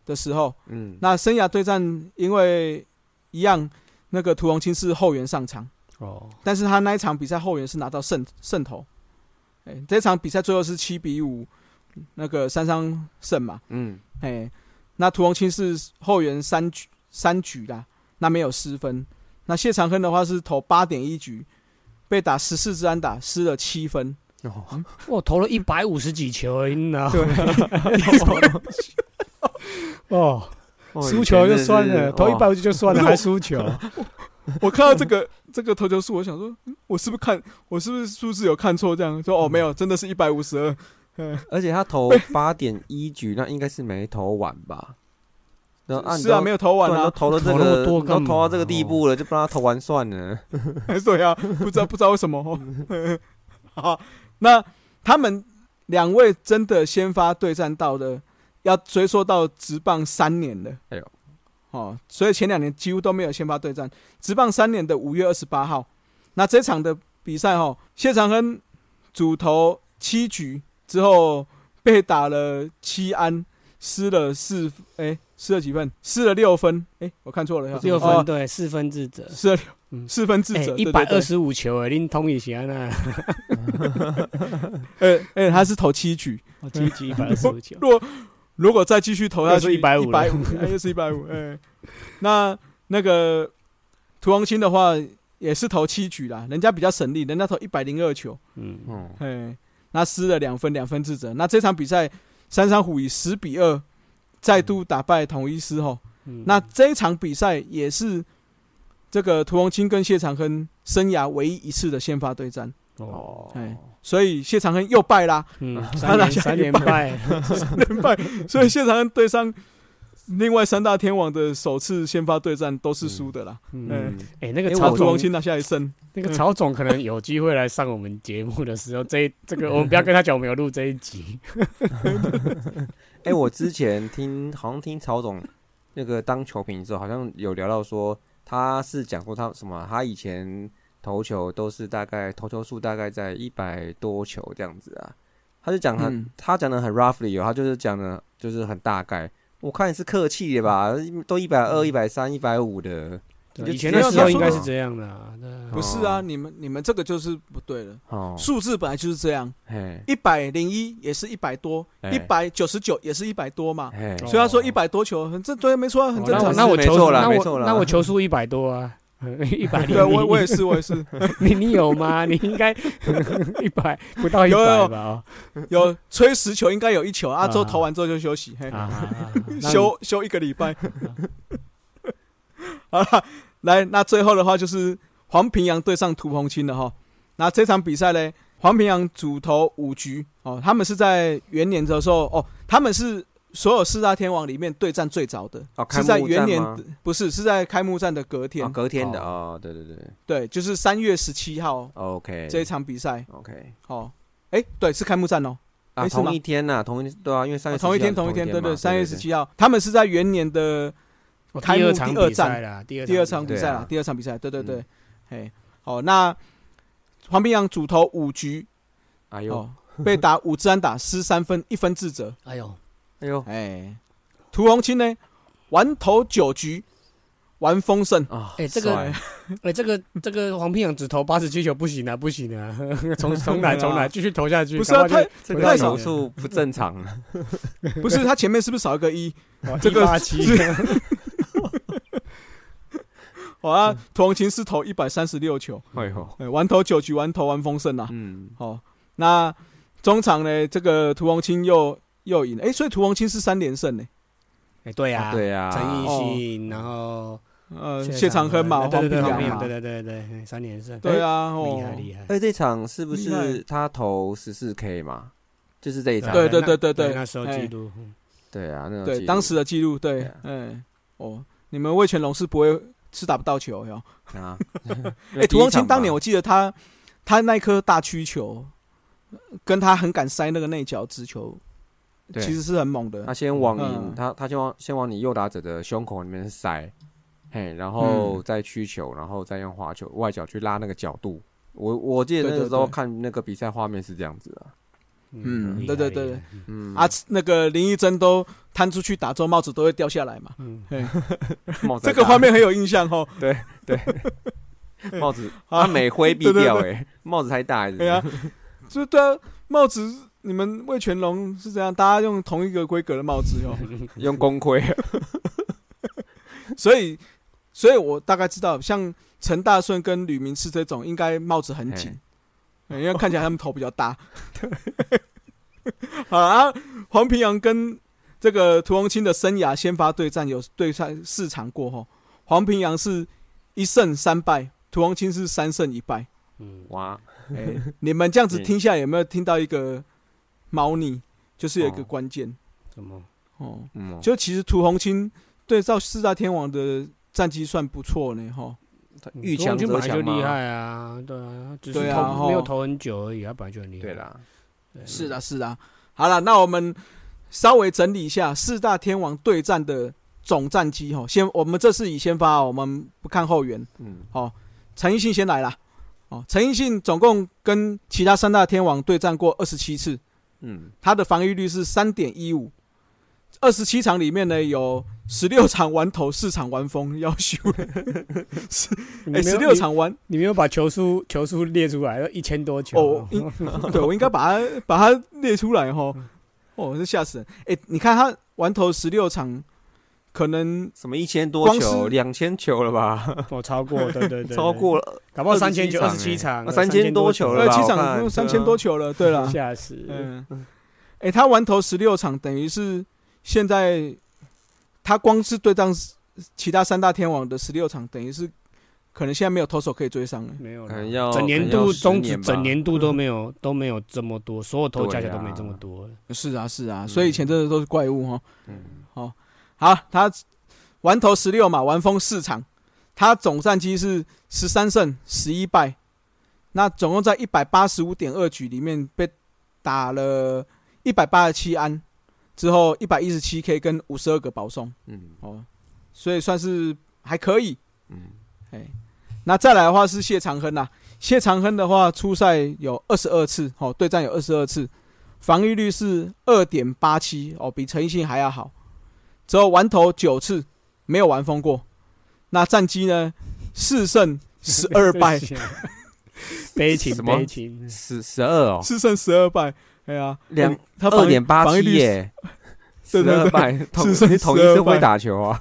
的时候，
嗯，
那生涯对战因为一样，那个涂红清是后援上场。
哦，
但是他那一场比赛后援是拿到胜胜投，哎、这场比赛最后是七比五，那个三商胜嘛，
嗯，
哎、那涂红清是后援三局三局啦，那没有失分，那谢长亨的话是投八点一局，被打十四支安打，失了七分，
哦，
我投了一百五十几球，哎那
对，
哦，
哦
输球就算了，
哦
投一，百
以前真的是哦
五十就算 了，还输球，
我看到这个这个投球数，我想说，嗯我是不是看我是不是数字有看错？这样说哦，没有，真的是一百五十二，
哇而且他投八点一局，那应该是没投完吧？然后
是啊，没
有
有投完啊
都，投到这
投那
个，
么多
都
干嘛
投到这个地步了，就不让他投完算了。
对啊，不知道不知道为什么 哦。好，那他们两位真的先发对战到的，要追溯到职棒三年了。
哎呦，
哦，所以前两年几乎都没有先发对战。职棒三年的五月二十八号，那这场的比赛哦，谢长亨主投七局之后被打了七安，失了四，哎、失了几分？失了六分，哎、我看错了，
六
哦
分对四分自责。
失了六
嗯
四分自
哎
责，，
一
对
百
对对
二十五球哎，您通一下那，
呃， 哎、他是投七局，
我积极哦一百二十五球，
如果再继续投下
又
去，
是150
一百五，哎又是一百五。哎，那那个涂王清的话也是投七局啦，人家比较省力，人家投一百零二球，
嗯，
嗯，
哎，那失了两分，两分自责。那这场比赛，三山虎以十比二再度打败统一狮吼。
嗯
那这一场比赛也是这个涂王清跟谢长亨生涯唯一一次的先发对战，
哦，
哦，
哎所以谢长亨又败啦。
嗯，
他
三
拿
连
下
三
一
连败，
连败， 所以谢长亨对上另外三大天王的首次先发对战都是输的啦。
嗯，
嗯，
哎，那个
哎
把
曹
我
朱
总
王清拿下一胜，
那个曹总可能有机会来上我们节目的时候，这一这个我们不要跟他讲我们有录这一 集，
哎、我之前听好像听曹总那个当球评的时候，好像有聊到说，他是讲说他什么，他以前投球都是大概投球数大概在一百多球这样子啊。他就讲他、
嗯
他讲的很 roughly 哦，他就是讲的就是很大概。我看你是客气的吧，都一百
嗯
二、一百三、一百五的。
对
你就
以前
直接
的时候应
说
该
嘛
是这样的啊，那
不是啊？你们你们这个就是不对了。
哦，
数字本来就是这样，
嘿，
一百零一也是一百多，
哎
一百九十九也是一百多嘛。
嘿，
哦
所以他说一百多球，很正对，没错啊，很
哦
正
那我
常。
那我
没
球
错
速
啦
那
没
我
错啦
那我球速一百多啊， 一百零
对啊我我也是我也是
你你有吗？你应该一百不到一
有有
百吧？哦
有吹十球，应该有一球啊，
啊
之后投完之后就休息，嘿
啊，啊，啊
休休一个礼拜。 好了，来，那最后的话就是黄平洋对上涂红清了哈。那这场比赛呢，黄平洋主投五局哦，他们是在元年的时候哦，他们是所有四大天王里面对战最早的，
哦，开
是在
幕
元
战
年
吗？
不是是在开幕战的隔天，
哦，隔天的哦，对对对
对，就是三月十七号
，OK，
这一场比赛
OK
哦，哎、对，是开幕战哦，
啊，
诶是吗哦
同一天呐，同一对啊，因为三月
同一天
17号
同一天，对
嘛
对，三月十
对
七号，他们是在元年的
我
开
哦第
幕
二
第
场
二
比
战
赛啦，第二
第二场比
比赛
赛啦
对啊，
第二场比赛，对对
嗯
对，嘿，好，那黄平洋主投五局，
哎呦，
哦，被打五支安打，失三分，一分自 责，
哎呦，
哎呦
哎，涂红清呢，完投九局，完封胜，
啊！
哎这 个
帅
哎，这个这个黄平阳只投八十七球不行啊，不行啊， 从从哪从哪继续投下去？
不是啊，
搞不好
他
就
这
不太
个
少
手术不正常了，
不是他前 面是不是少一个一？
哦
这个
187
好啊，涂红清是投一百三十六球，
哎呦，
哎，完投九局，完投完封胜啊，
嗯，
好，那中场呢，这个涂红清又又赢了，哎，所以涂红清是三连胜呢，
哎，对啊，
对啊，
陈奕
哦
迅，然后
呃谢长亨嘛，
对
黄
对对，
平
黄
阳
平阳，
嘛
对，对对对，对三连胜，
对啊，
厉
哦，
害厉害。
而这场是不
厉
是
害
他投十四 K 嘛？就是这一场。
对
那
对对对
那时候
哎
记录，嗯
对啊，那种记
对，
录
当时的记录，
对
对
啊，
嗯，哦，你们魏全龙是不会是打不到球哟。
啊，
哎，涂
洪
荣清当年我记得他他那颗大曲球，跟他很敢塞那个内角直球，
对
其实是很猛
他
的。
先往你，
嗯
他他先往先往你右打者的胸口里面塞，嘿，然
嗯
后再曲球，然后再用滑球外角去拉那个角度。我我记得
对
那
对
个时候
对
看那个比赛画面是这样子啊，
嗯
厉
对
害
对对
厉害
嗯
啊，那个林义珍都摊出去打之后，帽子都会掉下来嘛。
嗯，
帽子
这个
打
画面很有印象 哦。
帽子，
啊
他每挥必
对对
掉哎， 帽子太大了，
对啊，就对啊，帽子你们魏全龙是这样，大家用同一个规格的帽子哦哟。
用啊公盔，
所以，所以我大概知道，像陈大顺跟吕明次这种，应该帽子很紧，因为看起来他们头比较大。好啊，黄平阳跟这个涂洪清的生涯先发对战有对赛四场过后，黄平阳是一胜三败，涂洪清是三胜一败。
嗯，
哇，
哎、你们这样子
嗯
听下来，有没有听到一个猫腻？就是有一个
哦
关键
什么？
哦
嗯，就
就其实涂洪清对照四大天王的战绩算不错呢，哈。
哦嗯遇强
就
则
本来
强
就
嘛
厉害啊，对啊，只
对
是
啊
投没有
吼
投很久而已，他本来就很厉害。
对啦，
对，
是的，是的。好了，那我们稍微整理一下四大天王对战的总战绩哈。先，我们这次以先发哦，我们不看后援。
嗯，
陈奕迅先来啦。哦，陈奕迅总共跟其他三大天王对战过二十七次，
嗯，
他的防御率是三点一五。二十七场里面呢，有十六场完投，四场完封，要 修了。
你
哎，
没有
十六
你
场完
你没有把球数球数列出来，一千多球
哦，应对我应 该把它把它列出来哈。哦，这吓死人！哎、你看他玩投十六场，可能
什么一千多
光
球，
是
两千球了吧，
我哦超过，对对对，
超过了
搞不好三千九二十
27
七场，
啊三千多球了
二
吧，
七
我
场
看
用三千多，球了。对了，
吓死！
嗯，哎、他玩投十六场，等于是现在他光是对战其他三大天王的十六场，等于是可能现在没有投手可以追上了。
没有
可能
啦，
要
整年
哦可能
度
要
中
10
止
年吧
整年度都没有都没有这么多，所有投加起
对
来都
啊
没这么多。
是啊，是啊，
嗯
所以以前真的都是怪物哈。
嗯
好，他完投十六嘛，完封四场，他总战绩是十三胜十一败，那总共在一百八十五点二局里面被打了一百八十七安，之后一百一十七 K 跟五十二个保送
嗯
哦，所以算是还可以。
嗯，
那再来的话是谢长亨啦、谢长亨的话出赛有二十二次，哦，对战有二十二次，防御率是二点八七，哦，比陈奕迅还要好。之后完投九次，没有完封过。那战绩呢？四胜十二 败，
这些，啊悲情
什么
悲情，
十十二哦，
四胜嗯十二败。哎呀，
两
他防
二
御
点八
防御
七
率是
耶，
对
十
对
二
对
败，统
是是
统一
12
是会
败
打球啊，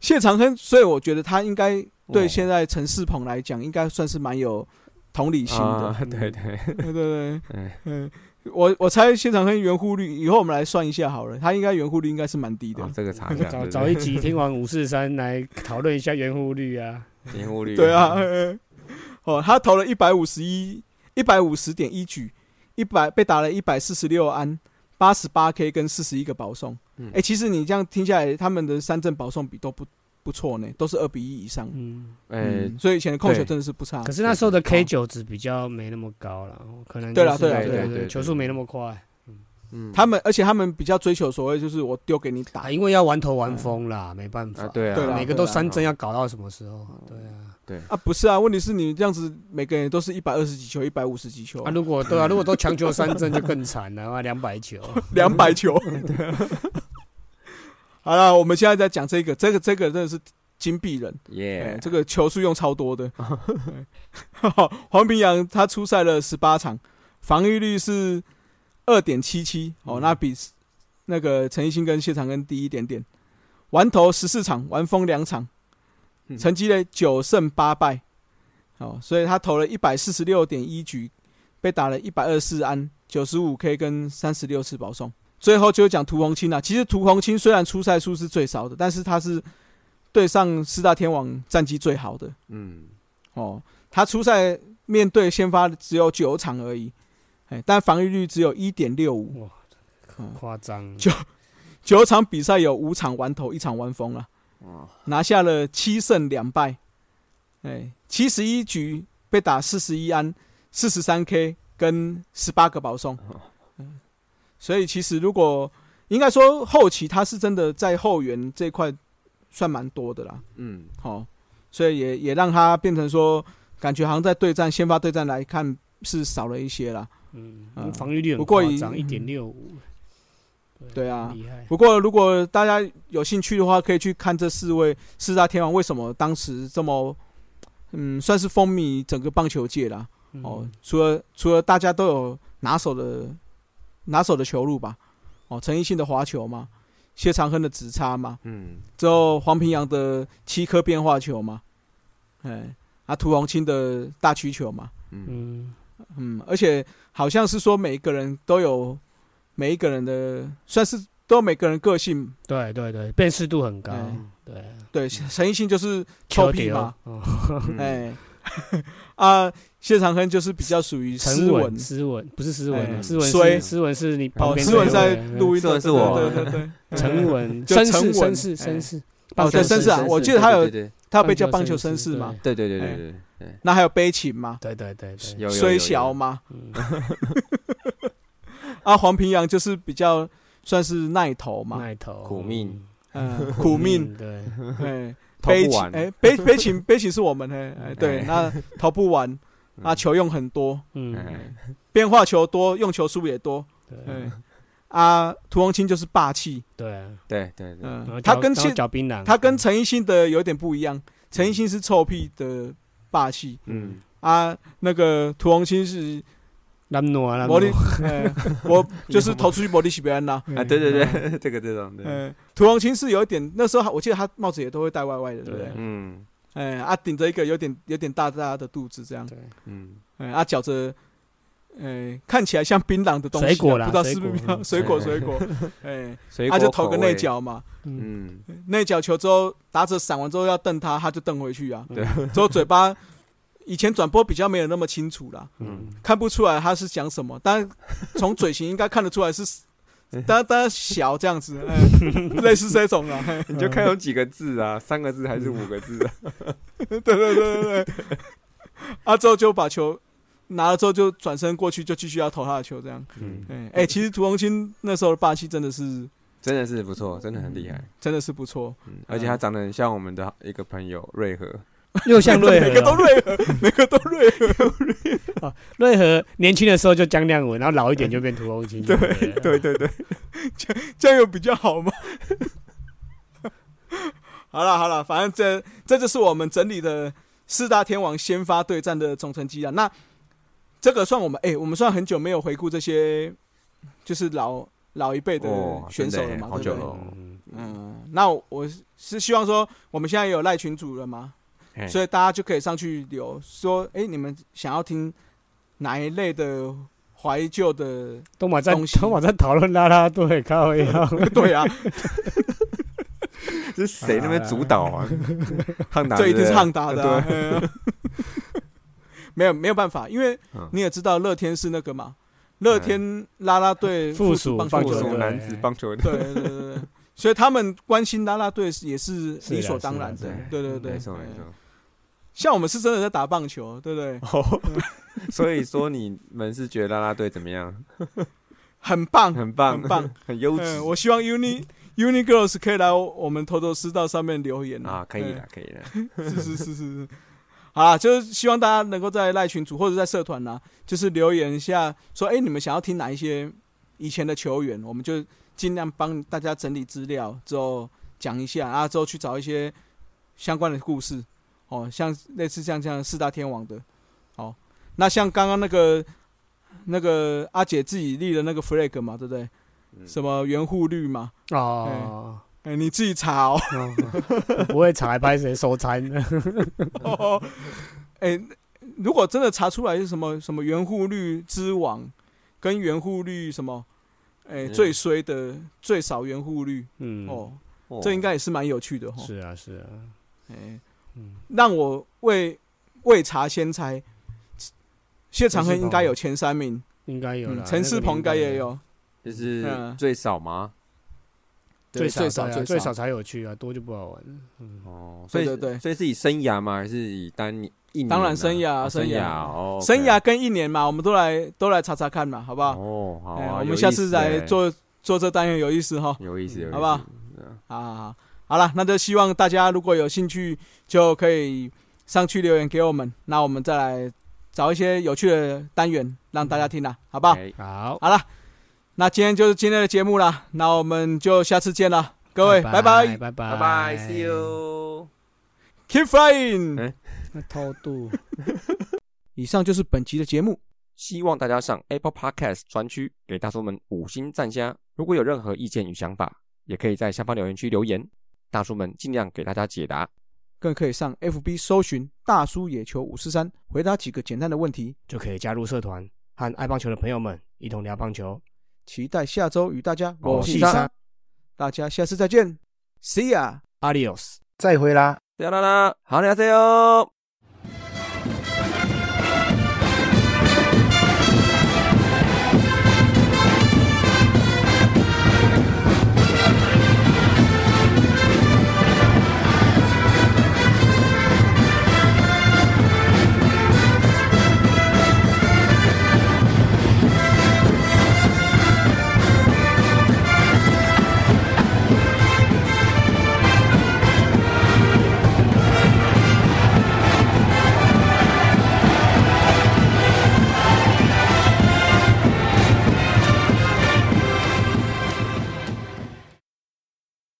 谢长亨，所以我觉得他应该对
哦
现在陈世鹏来讲，应该算是蛮有同理心的。
啊 对对，
对对对
嗯，
嗯，我我猜现场跟圆弧率，以后我们来算一下好了，他应该圆弧率应该是蛮低的
哦。这个查一下，
找
对
找一集听完五四三来讨论一下圆弧率啊。
点五率，
对啊，哦，他投了一百五十一、一百五十点一局，一百被打了一百四十六安，八十八 K 跟四十一个保送。哎、
嗯
其实你这样听下来，他们的三振保送比都不不错呢，都是二比一以上。
嗯，
哎
嗯，，所以以前的控球
对
真的是不
啊
差
可。是那时候的
对
K 九值比较没那么高了，可能
对啦
就是
对啦对
对
啦
对
对，
对
球速没那么快
嗯
他们，而且他们比较追求所谓就是我丢给你打
啊，，因为要玩头玩疯啦，没办法
嗯啊，。对嗯
对啦
啊，
每个都三针要搞到什么时候？对啊，
啊，不是啊？问题是你这样子，每个人都是一百二十几球，一百五十几球
啊，，如果对啊，如果都强求三针就更惨了， 哇，两 百球，
两百球。 好了，我们现在在讲这个，这个这个真的是金币人，哎、
耶，
这个球数用超多的。 哎黄平阳他出赛了十八场，防御率是二点七七，哦，那比那个陈奕迅跟谢长庚低一点点。完投十四场，完封两场，
嗯
成绩呢九胜八败，哦，所以他投了一百四十六点一局，被打了一百二十四安，九十五 K 跟三十六次保送。最后就讲涂洪青了、其实涂洪青虽然出赛数是最少的，但是他是对上四大天王战绩最好的
嗯，
哦。他出赛面对先发只有九场而已，哎，但防御率只有一点六五，
夸张，
就九场比赛有五场完投，一场完封啊，
哦，
拿下了七胜两败，哎，七十一局被打四十一安，四十三 K 跟十八个保送， 嗯，所以其实如果应该说后期他是真的在后援这一块算蛮多的啦，
嗯，
好、所以也也让他变成说，感觉好像在对战先发对战来看是少了一些啦，
嗯
嗯，
防御率
不
很
过
夸
以
张，一点六五，
对啊，
厉害，
不过，如果大家有兴趣的话，可以去看这四位四大天王为什么当时这么，嗯，算是风靡整个棒球界啦。
嗯
哦，，除了除了大家都有拿手的拿手的球路吧，哦，陈奕迅的滑球嘛，谢长亨的直插嘛，
嗯，
之后黄平洋的七颗变化球嘛，哎，啊，涂洪清的大曲球嘛，
嗯，
嗯，
嗯，而且好像是说每一个人都有每一个人的算是都有每个人个性
对对对，辨识度很高，
嗯
对，
对，陈奕迅就是臭屁嘛，
球丢，哦
嗯，
哎、 啊，谢长亨就是比较属于
沉
斯文
稳，，斯文不是斯文啊，
哎
斯文
衰
是斯文是你旁
哦，
边
斯文
这位
在录音的
斯文是我
对对对 对，对
沉，稳，
就
绅
沉
士，
稳
绅士，
哎
绅士，哦
哦对绅士啊我记得他有
对对
他有被叫棒球绅士嘛
嘛，，
对对对对对对
那还有悲情嘛，
对对对对
对，，有
虽小，嘛，
嗯
啊，黄平阳就是比较算是耐投嘛，
耐头，
苦命
嗯，苦命，
嗯， 对，
哎，悲
有有有投不
情，
完，
哎，悲悲情，悲情是我们，哎哎，对，
哎
那投不完，
嗯
啊，，球用很多，
嗯，
哎
变化球多，用球数也多，
对
哎，啊，涂红清就是霸气，
对啊，
对对对，
然后
嗯，他
嚼
跟
然后
谢
嚼槟榔，嗯
他跟陈奕迅的有点不一样，陈奕迅是臭屁的霸气
嗯，
啊，那个涂红星是
南诺啊，
魔力， 呃我就是投出去魔力西边啦。
啊，对对对，这个这种，对，
嗯，涂红星是有一点，那时候他我记得他帽子也都会戴歪歪的，对不对
对？
嗯
哎、啊，顶着一个有点有点大大的肚子这样，
对，
嗯，
哎、啊，嚼着，呃、看起来像槟榔的东西啊，
水果啦
不知道是不
水果
是水果 水
水
果，哎，
水
他、
果
就投个
口
内
味，
角嘛，
嗯，
嗯，
内角球之后打者闪完之后要瞪他，他就瞪回去啊，
对，
之后嘴巴以前转播比较没有那么清楚啦，
嗯，
看不出来他是讲什么，但从嘴型应该看得出来是，当当小这样子，哎类似这种啦。嘿
你就看有几个字啊，三个字还是五个字啊？
对对对对对，啊之后就把球拿了之后就转身过去，就继续要投他的球这样。
嗯，
哎、哎，其实涂红清那时候的霸气真的是
真的是不错，真的很厉害，
真的是不错，
嗯，而且他长得很像我们的一个朋友瑞和，
又像瑞
每个都
和，哦
瑞和，每个都瑞和，
瑞和年轻的时候就江亮文，然后老一点就变涂红青，对
对对对，
这样有比较好吗？ 好了好了，反正这这就是我们整理的四大天王先发对战的总成绩啊。那这个算我们哎、我们算很久没有回顾这些，就是老老一辈的
哦
选手了
真
嘛，
的耶好
对
久
不
了
对？
嗯
嗯，那我是希望说，我们现在也有赖群主了嘛，
嘿
所以大家就可以上去留说，哎、你们想要听哪一类的怀旧的
都马在
东西
都马在讨论啦啦队，靠呀，
对啊，
这是谁那边主导啊？汉达，
这一定是汉
汉
达的、啊。嗯没有没有办法，因为
嗯哎
你也知道乐天是那个嘛，乐天啦啦队
附属
属
棒
棒
球
球
这
队
队，
种男子棒球队，
对对对对对，所以他们关心啦啦队是也是
是啊
理所当然
是
的
啊是啊，
对对对，
没错
对
没错。
像我们是真的在打棒球，对不对？
哦， 所以说你们是觉得啦啦队怎么样？
很棒，
很棒，
很棒，
很优质
嗯，我希望 Uni Uni Girls 可以来我们头头是道上面留言
啊，可以了，可以了。
嗯 是是是是是。好啦，就是希望大家能够在赖群组或者在社团啦、就是留言一下，说哎、诶你们想要听哪一些以前的球员，我们就尽量帮大家整理资料之后讲一下啊，之后去找一些相关的故事哦，像类似像这样四大天王的哦，那像刚刚那个那个阿姐自己立的那个 flag 嘛，对不对？
嗯
什么圆弧率嘛，
哦，
哎、你自己查哦。
哦我不会踩拍谁收 餐呢？
哦， 哎、如果真的查出来是什么什么圆弧率之王，跟圆弧率什么，哎、最衰的最少圆弧率
嗯，
哦，
哦
这应该也是蛮有趣的哈、哦
是啊是啊，
哎、
嗯
让我为为茶先猜，谢长亨应该有前三名，
应该有
嗯
了。
陈世鹏应该也，有，
就是
嗯
最少吗？
对
最少
最少
对啊
最
最
少
少才有趣啊，多就不好玩了。嗯，
哦，所
对
以
对对，
所以是以生涯吗？还是以单一年啊？
当然生涯
哦生
生涯啊
哦，
生涯跟一年嘛，我们都来都来查查看嘛，好不
吧。
好？
哦，好
哎
啊，
我
有
们
意
下次
思欸
来，做做这单元有意思哈。
有意思，有意思
好不好？啊，好了，那就希望大家如果有兴趣，就可以上去留言给我们，那我们再来找一些有趣的单元让大家听啦，好不好？
OK，
好，
哎好了，那今天就是今天的节目啦，那我们就下次见了，各位，拜
拜
拜
拜拜
拜拜，See。you。
，Keep flying。
哎
偷渡。
以上就是本集的节目，
希望大家上 Apple Podcast 专区给大叔们五星赞加。如果有任何意见与想法，也可以在下方留言区留言，大叔们尽量给大家解答。
更可以上 FB 搜寻“大叔野球五四三”，回答几个简单的问题。
就可以加入社团，和爱棒球的朋友们一同聊棒球。
期待下周与大家
我
是
哦三
三
大家下次再见，See ya。
Adios。
再回啦。
啦啦啦，好，你好，加油！